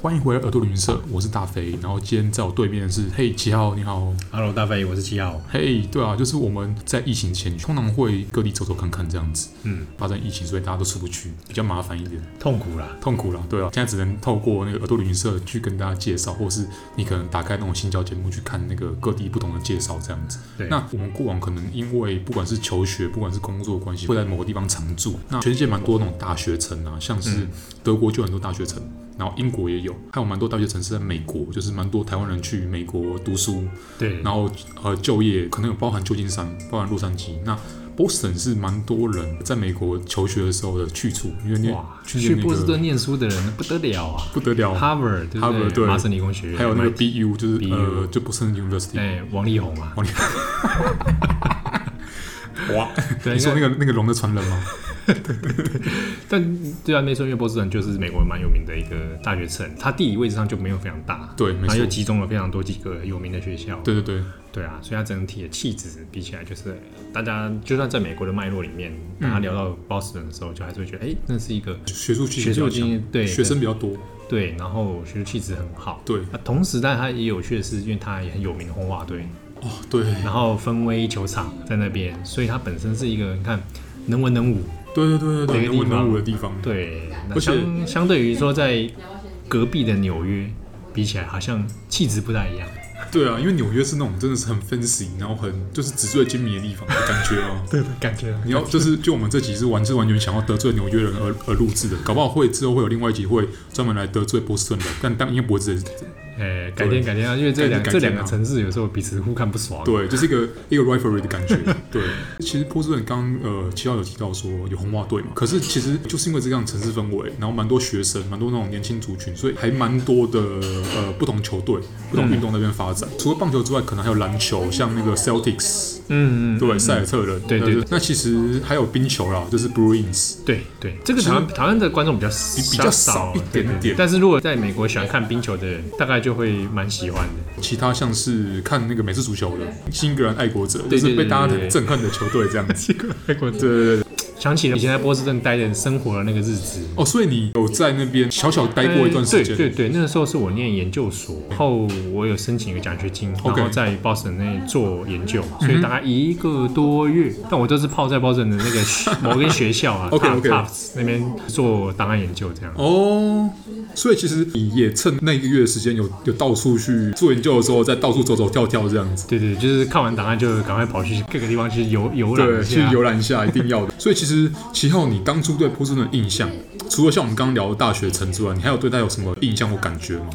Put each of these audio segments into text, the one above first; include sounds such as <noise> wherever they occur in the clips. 欢迎回来耳朵旅行社，我是大飞。然后今天在我对面的是嘿七号，你好。 Hello，大飞，我是七号。嘿、对啊，就是我们在疫情前通常会各地走走看看这样子。嗯，发生疫情，所以大家都出不去，比较麻烦一点，痛苦啦。痛苦了。对啊，现在只能透过那个耳朵旅行社去跟大家介绍，或是你可能打开那种新交节目去看那个各地不同的介绍这样子。对，那我们过往可能因为不管是求学，不管是工作关系，会在某个地方常住。那全世界蛮多那种大学城啊，像是嗯德国就有很多大学城，然后英国也有，还有蛮多大学城是在美国，就是蛮多台湾人去美国读书，对，然后呃就业，可能有包含旧金山，包含洛杉矶。那 Boston 是蛮多人在美国求学的时候的去处，因为你哇，去去念那波士个顿念书的人不得了啊不得了， ，Harvard 对不 Harvard，对麻省理工学院，还有那个 MIT BU 就是呃 BU 就 Boston University，哎，王力宏啊， <laughs> 哇，对你说那个应那个龙的传人吗？但对啊，没错，因为波士顿就是美国蛮有名的一个大学城，它地理位置上就没有非常大，对没然后错又集中了非常多几个有名的学校，对对对，对啊，所以它整体的气质比起来，就是大家就算在美国的脉络里面，大嗯家聊到波士顿的时候，就还是会觉得，哎，那是一个学术气学术比较强经对学生比较多，对，然后学术气质很好，对那同时，但它也有趣的是，因为它也很有名的红袜队，哦，对然后分威球场在那边，所以它本身是一个你看能文能武，对对对对，那个地文方能武的地方，对，那而且相相对于说在隔壁的纽约比起来，好像气质不太一样。对啊，因为纽约是那种真的是很 fancy，然后很就是纸醉金迷的地方，感觉啊。 <laughs> 对对，感觉你要就是就我们这集是完是完全想要得罪纽约人而而录制的，搞不好会之后会有另外一集会专门来得罪波士顿的，但但应该不会是哎，改天改天啊，因为这两改天这两个改天啊城市有时候彼此互看不爽。对，就是一个一个 rivalry 的感觉。对，其实波士顿刚呃七号有提到说有红袜队嘛，可是其实就是因为这样的城市氛围，然后蛮多学生，蛮多那种年轻族群，所以还蛮多的呃不同球队、不同运动在那边发展。除了棒球之外，可能还有篮球，像那个 Celtics，嗯，嗯嗯，对，塞尔特人，对对对那其实还有冰球啦，就是 Bruins，对对，这个台湾台湾的观众比较比比较少一点点但是如果在美国喜欢看冰球的人，大概就会蛮喜欢的。其他像是看那个美式足球的新英格兰爱国者，就对对是被大家对很对憎恨的球队这样子。泰国对对对，想起了以前在波士顿待的生活的那个日子，哦，所以你有在那边小小待过一段时间，对对对，那个时候是我念研究所，然后我有申请一个奖学金，然 OK 嗯后在 Boston 内做研究，所以大概一个多月，但我都是泡在 Boston 的那个 <laughs> 学某个学校啊 OK，OK Tufts 那边做档案研究这样。哦，所以其实你也趁那一个月的时间有，有到处去做研究的时候，再到处走走跳跳这样子。对对，就是看完档案就赶快跑去各个地方去游游览对，一去下。游览一下，一定要 <laughs> 的。所以其实其浩，你当初对波士顿的印象，除了像我们刚刚聊的大学城之外，你还有对它有什么印象或感觉吗？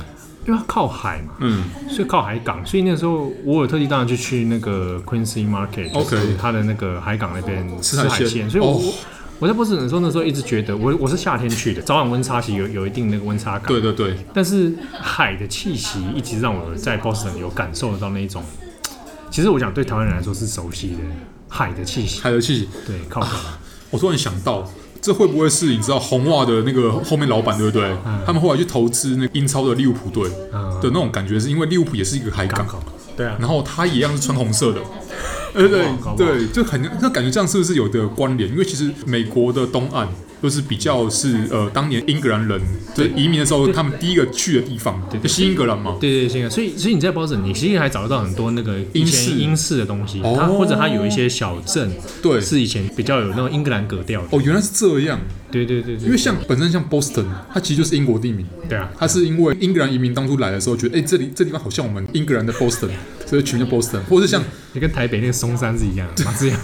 因为它靠海嘛，嗯，所以靠海港，所以那时候我有特地当然就去那个 Quincy Market， OK 就是它的那个海港那边吃吃海海鲜鲜，所以我、哦我在波士顿的时候，那时候一直觉得我我是夏天去的，早晚温差其实有有一定那个温差感，对，对对，但是海的气息一直让我在波士顿有感受得到那一种，其实我想对台湾人来说是熟悉的海的气息，还有气息。对，靠海。我突然想到，这会不会是你知道红袜的那个后面老板对不对？他们后来去投资那个英超的利物浦队嗯的那种感觉，是因为利物浦也是一个海港，对啊，然后他一样是穿红色的。对对搞不好对，就很那感觉这样是不是有的关联？因为其实美国的东岸就是比较是呃，当年英格兰人就是移民的时候，他们第一个去的地方，就新英格兰嘛。对对，这个，所以所以你在包子，你其实还找得到很多那个以英式前英式的东西，哦它或者它有一些小镇，对是以前比较有那种英格兰格调的。哦，原来是这样，对对对因对为像本身像 Boston，它其实就是英国地名。对啊，他是因为英格兰移民当初来的时候，觉得哎、这里这地方好像我们英格兰的 Boston，所以取名叫 Boston，或是像就跟台北那个松山是一样 <laughs> 的，马自亚，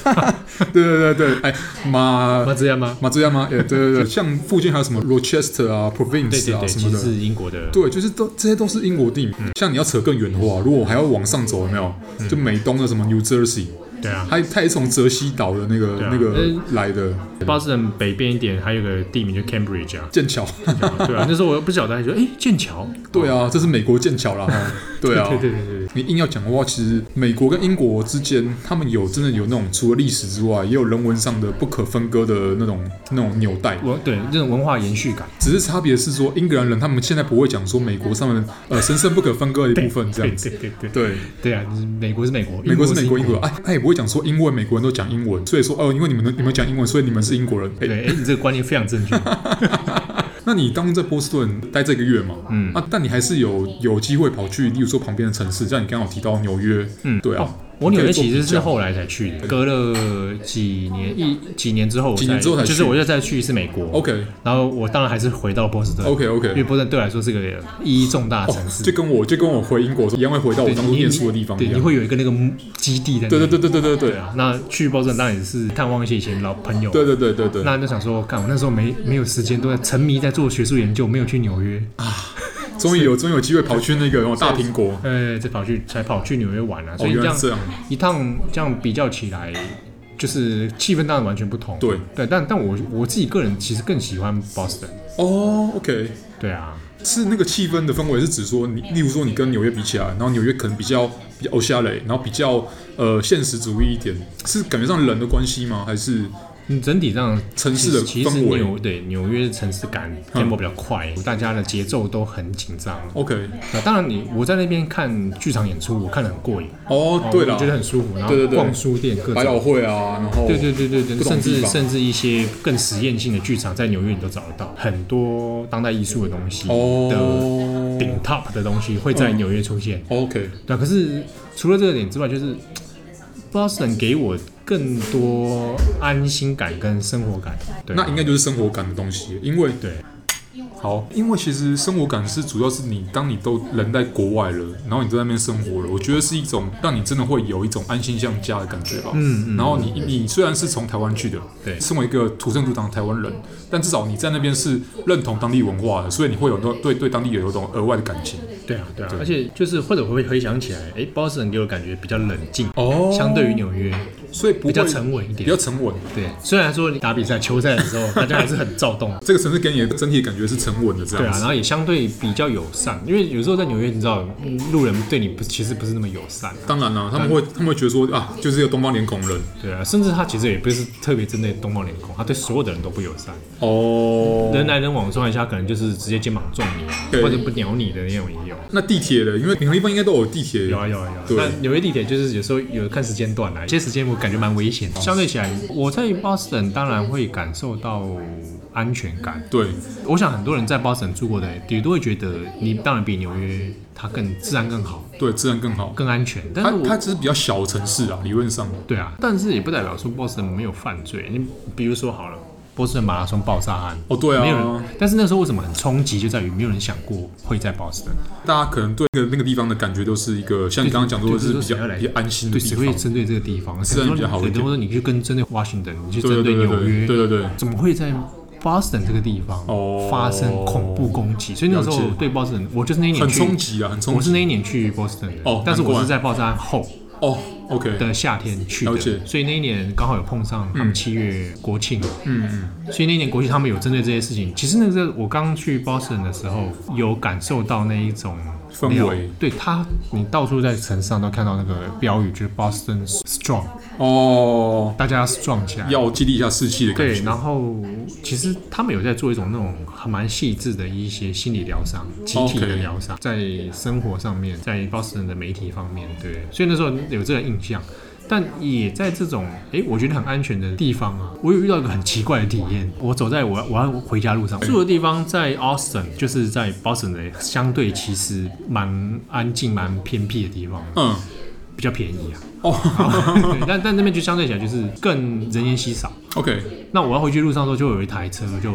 对对对对，哎、马马自亚吗？啊马这样吗？哎、对对对，像附近还有什么 Rochester 啊、对 Province 对啊对，什其么实的是。英国的。对，就是都这些都是英国地名。嗯像你要扯更远的话，如果还要往上走，有没有？就美东的什么 New Jersey，对啊，它它也是从泽西岛的那个、对啊那个呃来的波士顿北边一点还有个地名叫 <laughs>。Cambridge 啊剑桥。对啊，那时候我又不晓得，还说哎剑桥。对啊，这是美国剑桥啦。哈对啊，嗯对对对对对，你硬要讲的话，其实美国跟英国之间，他们有真的有那种除了历史之外，也有人文上的不可分割的那种那种纽带。哦文对这种文化延续感。只是差别是说，英格兰人他们现在不会讲说美国上面呃神圣不可分割的一部分这对样子。对对对对，对啊，就是美国是美国，美国是美国，英英国，哎，他也不会讲说，因为美国人都讲英 <laughs> 文，所以说哦，因为你们你们讲英文，所以你们是英国人。哎，对，哎，你这个观念非常正确。那你当在波士顿待这个月嘛，嗯啊，但你还是有有机会跑去，例如说旁边的城市，像你刚好提到纽约，嗯对啊哦我纽约其可实以做比是较后来才去的，隔了几年一几年之后我再，几年之后才去就是我又再去一次美国。 ，OK 然后我当然还是回到波士顿 OK 因为 OK，波士顿对我来说是个意义重大的城哦市。就跟我就跟我回英国的时候一样，会回到我对当初你念书的地方一对，你样，会有一个那个基地在那对对里。对对对对对对啊，那去波士顿当然也是探望一些以前老朋友。对对对对对，那就想说，干，我那时候没没有时间，都在沉迷在做学术研究，没有去纽约，终于有终于有机会跑去那个哦大苹果，呃，再跑去才跑去纽约玩啊。哦，所以原这来样是这样，一趟这样比较起来，就是气氛当然完全不同。对对，但但我我自己个人其实更喜欢 Boston。哦，OK，对啊，是那个气氛的氛围，是指说你，例如说你跟纽约比起来，然后纽约可能比较比较欧夏雷，然后比较呃现实主义一点，是感觉上人的关系吗？还是嗯，整体上城市的其实氛围纽对纽约的城市感 tempo 比较快，大家的节奏都很紧张。 OK？那当然你，我在那边看剧场演出，我看得很过瘾，哦，对了我觉，得很舒服。然对后对对逛书店各百老种。汇啊，然后对对对对对，各种甚地至方甚至一些更实验性的剧场，在纽约你都找得到很多当代艺术的东西的哦顶 top 的东西会在纽约出现。 ，OK，对啊、可是除了这个点之外，就是 Boston 给我更多安心感跟生活感。对啊，那应该就是生活感的东西，因为对好，因为其实生活感是主要是你当你都人在国外了，然后你在那边生活了，我觉得是一种让你真的会有一种安心向家的感觉吧。嗯嗯然后你你虽然是从台湾去的，对身为一个土生土长的台湾人，但至少你在那边是认同当地文化的，所以你会有那对对当地有一种额外的感情。对啊对啊，对而且就是或者我会回想起来，哎，Boston 给我感觉比较冷静，哦相对于纽约。所以不会比较沉稳一点比较沉稳。对，虽然说你打比赛、球赛的时候，大家还是很躁 <laughs> 动，这个城市给你的整体感觉是沉稳的这对样啊，子。然后也相对比较友善，因为有时候在纽约，你知道，嗯路人对你不其实不是那么友善、啊，当然了、他们会他们会觉得说啊，就是一个东方脸孔人对啊，甚至他其实也不是特别针对东方脸孔，他对所有的人都不友善，哦人来人往撞一下，可能就是直接肩膀撞你啊，对或者不鸟你的那种也有。那地铁的，因为每个地方应该都有地铁。有啊有啊有啊，对那纽约地铁就是有时候有看时间段啦，有些时间我感觉蛮危险哦的。相对起来，我在 Boston 当然会感受到安全感。对，我想很多人在 Boston 住过的，也都会觉得你当然比纽约它更治安更好、对，自然更好。更安全。但它是我它只是比较小的城市啊，理论上。对啊，但是也不代表说 Boston 没有犯罪。你比如说好了，波士顿马拉松爆炸案，哦，对没有人啊，，但是那时候为什么很冲击，就在于没有人想过会在 Boston，大家可能对那个那个地方的感觉都是一个，像你刚刚讲说的是比较对对对比较安心的对，地谁方会。针对这个地方？治安比较好一点或者你去跟针对 Washington，你去对针对对对纽约，对对对，怎么会在 Boston 这个地方哦发生恐怖攻击？所以那时候了解我对 Boston，我就是那一年很去冲击啊，很冲我是击。那一年去 Boston 的，哦但是我难怪是在爆炸案后哦，OK，的夏天去了解的，所以那一年刚好有碰上他们七月国庆，嗯嗯，所以那一年国庆他们有针对这些事情。其实那个我刚去 Boston 的时候，有感受到那一种氛料围对它，你到处在城市上都看到那个标语，就是 Boston Strong，哦，大家 strong 起来。要激励一下士气的感对，觉。然后其实他们有在做一种那种还蛮细致的一些心理疗伤、集体的 OK 疗伤在生活上面，在 Boston 的媒体方面，对，所以那时候有这个印象。但也在这种诶，我觉得很安全的地方啊，我有遇到一个很奇怪的体验。我走在我我要回家路上，住的地方在 Austin，就是在 Boston 的相对其实蛮安静、蛮偏僻的地方，嗯，比较便宜啊。 <laughs> 哦 <laughs> 对，但但那边就相对起来就是更人烟稀少。 ，OK，那我要回去路上的时候，就有一台车就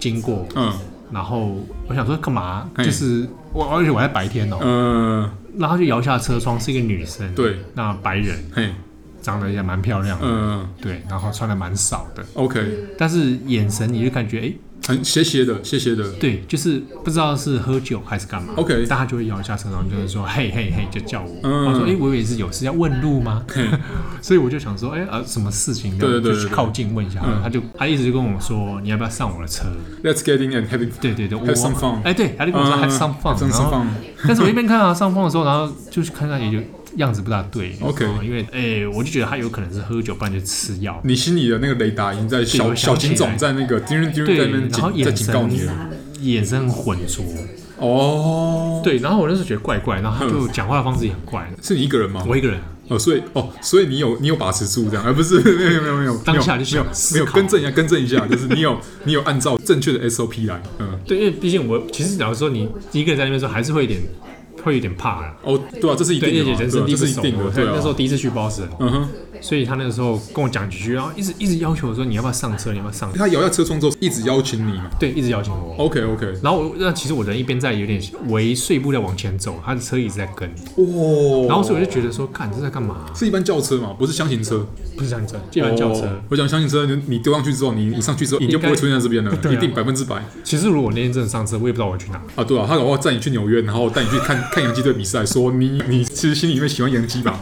经过，嗯然后我想说干嘛？嘿就是我，而且我在白天哦、呃，然后就摇下车窗，是一个女生，对，那白人，嘿，长得也蛮漂亮的，嗯对，然后穿的蛮少的， ，OK，但是眼神你就感觉，哎、很斜斜的，斜斜的。对，就是不知道是喝酒还是干嘛 OK 但他就会摇下车窗，就是说，嘿嘿嘿，就叫我，嗯我说，哎、我也是有事要问路吗？嘿， <laughs> 所以我就想说，哎、呃，什么事情？对对对就去对对靠近问一下，嗯他就他一直就跟我说，你要不要上我的车？ Let's get in and having 对对对，我 have some fun 嗯哎，对，他就跟我说 have some fun，真然上后，放。但是我一边看到他上放的时候，然后就是看他也就样子不大对 OK 因为哎，我就觉得他有可能是喝酒，不然就吃药。你心里的那个雷达已经在小我小想起警来总在那个叮叮叮在那，对边然后警在眼警告神你了。眼神很浑浊，哦，对，然后我那时候觉得怪怪，然后他就讲话的方式也很怪，是你一个人吗？我一个人，哦，所以哦，所以你有你有把持住这样，而不是 <laughs> 没有没有没有没有当下就没有想思没有考 <laughs> 更正一下更正一下，就是你有你有按照正确的 SOP 来，嗯，对，因为毕竟我其实老实说，你一个人在那边的时候还是会有点会有点怕啦。哦，对啊，这是一对，定因的为嘛，人对生啊，地这不是一熟定嘛，的，他对那时啊。候第一次去 Boston，嗯哼，所以他那个时候跟我讲几句，然后一直一直要求我说你要不要上车，你要不要上车，他摇下车窗之后一直邀请你嘛。对，一直邀请我。 OK OK，然后我那其实我人一边在有点为碎步在往前走，他的车一直在跟，哇，然后所以我就觉得说，看这在干嘛、哦是一般轿车嘛，不是箱型车。不是这样子，一般轿车。哦我讲箱型车，你你丢上去之后，你你上去之后，你就不会出现在这边了，对啊一定百分之百其实如果我那天真的上车，我也不知道我要去哪。啊！对啊，他搞不好带你去纽约，然后带你去看看洋基队比赛，说你你其实心里面喜欢洋基吧？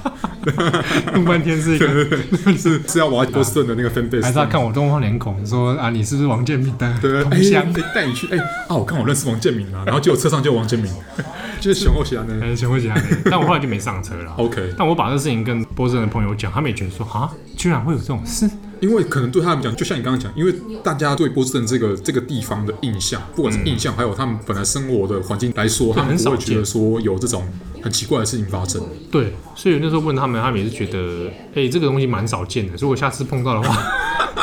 弄半天 <laughs> 是一个，啊是是要玩波士顿的那个 fan base，还是他看我东方脸孔，说啊你是不是王建民的对，同乡？ <laughs> 哎哎带你去哎啊！我看我认识王建民啊，然后结果车上就有王建民， <laughs> 就是熊后喜欢的。哎，全会其他的。 <laughs> 但我后来哦就没上车了。 OK，但我把这事情跟波士顿的朋友讲，他们也觉得说啊，居然会有这种事。因为可能对他们讲，就像你刚刚讲，因为大家对波士顿这个这个地方的印象，不管是印象，还有他们本来生活的环境来说，他们很不少会见觉得说有这种很奇怪的事情发生。对，所以那时候问他们，他们也是觉得，哎、这个东西蛮少见的。如果下次碰到的 <laughs> 话，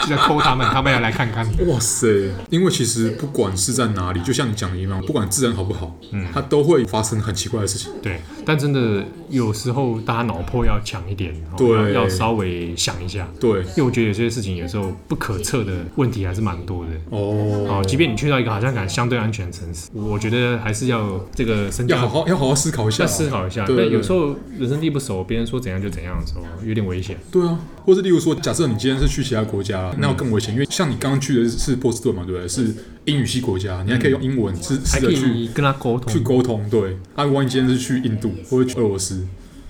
记得扣他们，他们要来看看。哇塞！因为其实不管是在哪里，就像你讲的一样，不管自然好不好，嗯，它都会发生很奇怪的事情。对，但真的有时候大家脑波要强一点，哦对要要稍微想一下。对，因为我觉得有些事情有时候不可测的问题还是蛮多的。哦哦，，即便你去到一个好像感觉相对安全的城市，我觉得还是要这个身要价好好要好好思考一下，要思考一下。对对但有时候人生地不熟，别人说怎样就怎样的时候，有点危险。对啊，或是例如说，假设你今天是去其他国家，那要更危险，因为像你刚刚去的是波士顿嘛，对不对？是英语系国家，你还可以用英文试嗯还试可着啊去以跟他沟去通。沟通，对。啊，万一今天是去印度或者去俄罗斯，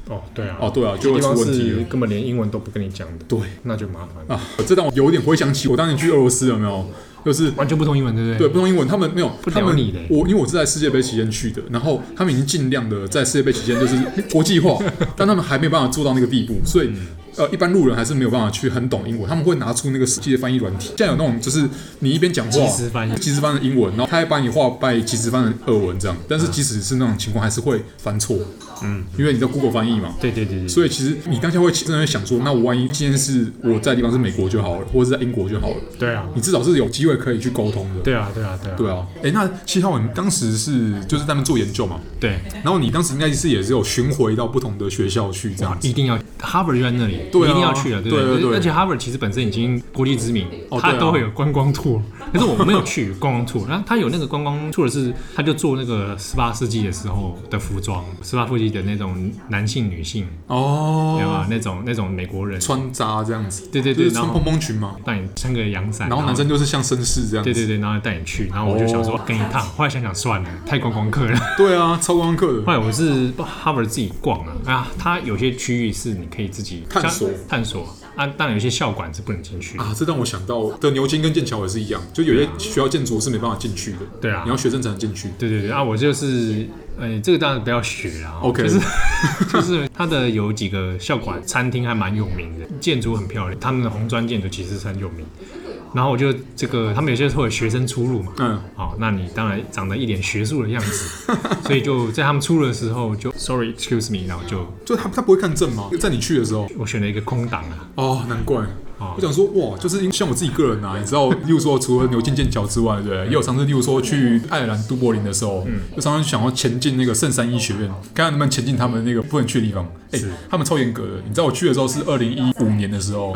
哦，对啊，哦，对啊，就有会些地出方问题是了。根本连英文都不跟你讲的，对那就麻烦了，啊，这让我有点回想起我当年去俄罗斯有没有，就是完全不通英文，对不对对？不通英文，他们没有，不他屌们你嘞我因为我是在世界杯期间去的，然后他们已经尽量的在世界杯期间就是国际 <laughs> 化，但他们还没有办法做到那个地步，所嗯以。呃，一般路人还是没有办法去很懂英文，他们会拿出那个世界翻译软体，现在有那种就是你一边讲话，即时翻译即时翻的英文，然后他还把你话拜即时翻的俄文这样，但是嗯即使是那种情况，还是会翻错，嗯，因为你在 Google 翻译嘛，对对对对对。所以其实你当下会真的会想说，那我万一今天是我在的地方是美国就好了，或者是在英国就好了，对啊，你至少是有机会可以去沟通的。对啊，对啊，对啊，对啊，哎，那七号，你当时是就是在那边做研究嘛？对，然后你当时应该是也是有巡回到不同的学校去这样子。一定要 Harvard 就在那里，对啊一定要去了，对不对对对而且 Harvard 其实本身已经国际知名，哦它对啊都会有观光 <laughs> tour，可是我没有去观光 tour。然后它有那个观光 tour 是，它就做那个十八世纪的时候的服装，十八世纪的那种男性、女性，对哦，吧？那种那种美国人，穿搭这样子。啊对对就对，是然穿后蓬蓬裙嘛，带你撑个阳伞，然后男生哦就是像绅士这样对对子。对，然后带你去，然后我就想说跟一趟，后来想想算了，太观光客了。对啊，超观光客后的。来我是哈佛自己逛了啊，它有些区域是你可以自己探索像探索啊，当然有些校馆是不能进去的。啊，这让我想到的牛津跟剑桥也是一样，就有些学校建筑是没办法进去的，对啊你要学生才能进去。对对对啊，我就是，呃、这个当然不要学啦。 OK 就是 <laughs> 就是它的有几个校馆餐厅还蛮有名的，建筑很漂亮，他们的红砖建筑其实是很有名。然后我就这个，他们有些会有学生出入嘛，嗯，好、那你当然长得一脸学术的样子，所以就在他们出入的时候就 sorry excuse me，然后就就他他不会看证吗？在你去的时候，我选了一个空档啊，哦，难怪。哦我想说，哇，就是因为像我自己个人啊，你知道， <laughs> 例如说，除了牛津、剑桥之外，对嗯不对，也有尝试，例如说去爱尔兰都柏林的时候，嗯，就常常想要前进那个圣三医学院，看看能不能前进他们那个不能去的地方。哎、他们超严格的，你知道我去的时候是二零一五年的时候，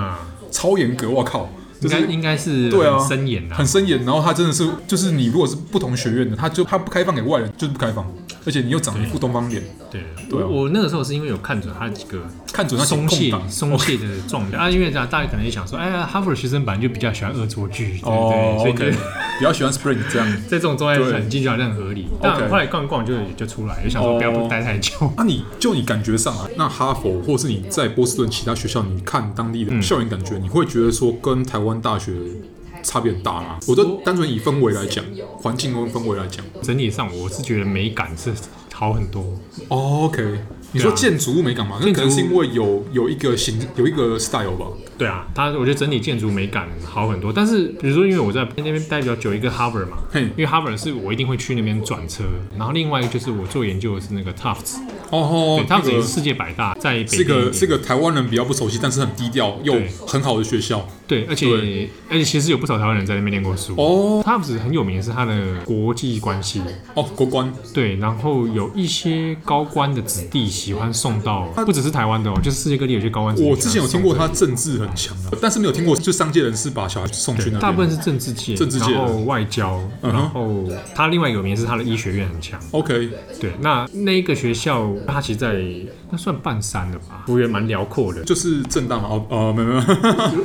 超严格，我靠，就啊应该是应该是对啊很森严啊很，森严。然后他真的是，就是你如果是不同学院的，他就他不开放给外人，就是不开放，而且你又长得一副东方脸，对，对啊我我那个时候是因为有看准他几个看准那几个松空懈档松懈的状态啊，因为大大家可能也想说，哎呀，哈佛的学生本来就比较喜欢恶作剧，对不对？所哦 <laughs> 以你，OK，就比较喜欢 Spring 这样。在这种状态对下，你进去好像很合理。但 OK 后来逛一逛就也就出来，就想说不要哦待太久。那、你就你感觉上啊，那哈佛或是你在波士顿其他学校，你看当嗯地的校园感觉，你会觉得说跟台湾大学差别很大吗？我就单纯以氛围来讲，环境跟氛围来讲，整体上，我是觉得美感是好好很多。哦 OK，你说对啊建筑物美感嘛？那可能建筑物是因为有有一个形有一个 style 吧。对啊，它我觉得整体建筑美感好很多。但是比如说，因为我在那边待比较久，一个 Harvard 嘛，嘿因为 Harvard 是我一定会去那边转车。然后另外一个就是我做研究的是那个 Tufts，哦哦对，那，Tufts 也个是世界百大，在北是边一个点是个台湾人比较不熟悉，但是很低调又对很好的学校。对，而且对而且其实有不少台湾人在那边念过书。哦 Tufts 很有名是它的国际关系，哦，国关对，然后有一些高官的子弟喜欢送到，不只是台湾的哦，就是世界各地有些高官子弟我喜欢之前有听过送他政治很强啊，但是没有听过就商界人士把小孩送去对，那大部分边。是政治界，政治界的然后外交，嗯哼然后他另外一个有名是他的医学院很强。 OK，对，那那一个学校，它其实在那算半山了吧，幅员蛮辽阔的，就是正大嘛。哦哦，没有没 <laughs> 有，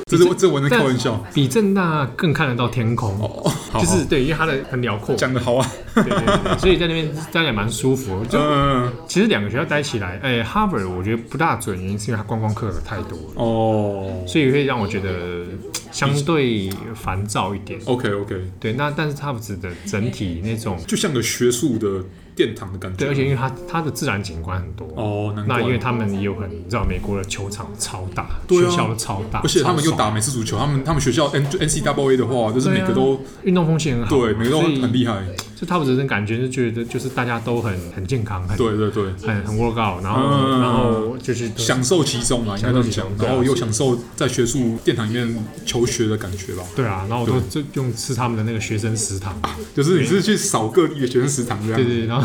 这是我这我在开玩笑。比正大更看得到天空，哦，好就是好对，因为它的很辽阔，对讲的好啊。对对，所以在那边待也蛮舒服。就嗯，其实两个学校待起来，哎，Harvard 我觉得不大准，原因是因为它观光客太多了，哦所以会让我觉得相对烦躁一点。 ，OK OK，对，那但是 Tufts 的整体那种就像个学术的殿堂的感觉。对，而且因为它它的自然景观很多，哦，难怪。那因为他们也有很，你知道美国的球场超大，对啊学校都超大，而且他们又超爽打美式足球，他们他们学校 N N C W A 的话，就是每个都运动风气很好，对，每个都啊所以很厉害。就他们只是感觉是觉得就是大家都很很健康，很对对对，很很 work out，然后、嗯然后就是都享受其中啊，应该这样讲享受其中，对啊然后又享受在学术殿堂里面求学的感觉吧。对啊，然后我都就用吃他们的那个学生食堂，就是你是去扫各地的学生食堂这对样，对，对然后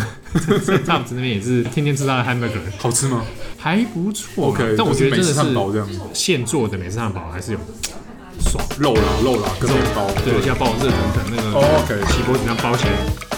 在他们那边也是天天吃他的 hamburger，好吃吗还不错嘛？OK，但我觉得就是美真式汉堡的这样，是现做的美式汉堡还是有爽，肉啦肉啦，可是很高，对，而且要包热腾腾那个哦，OK 锡箔纸这样包起来，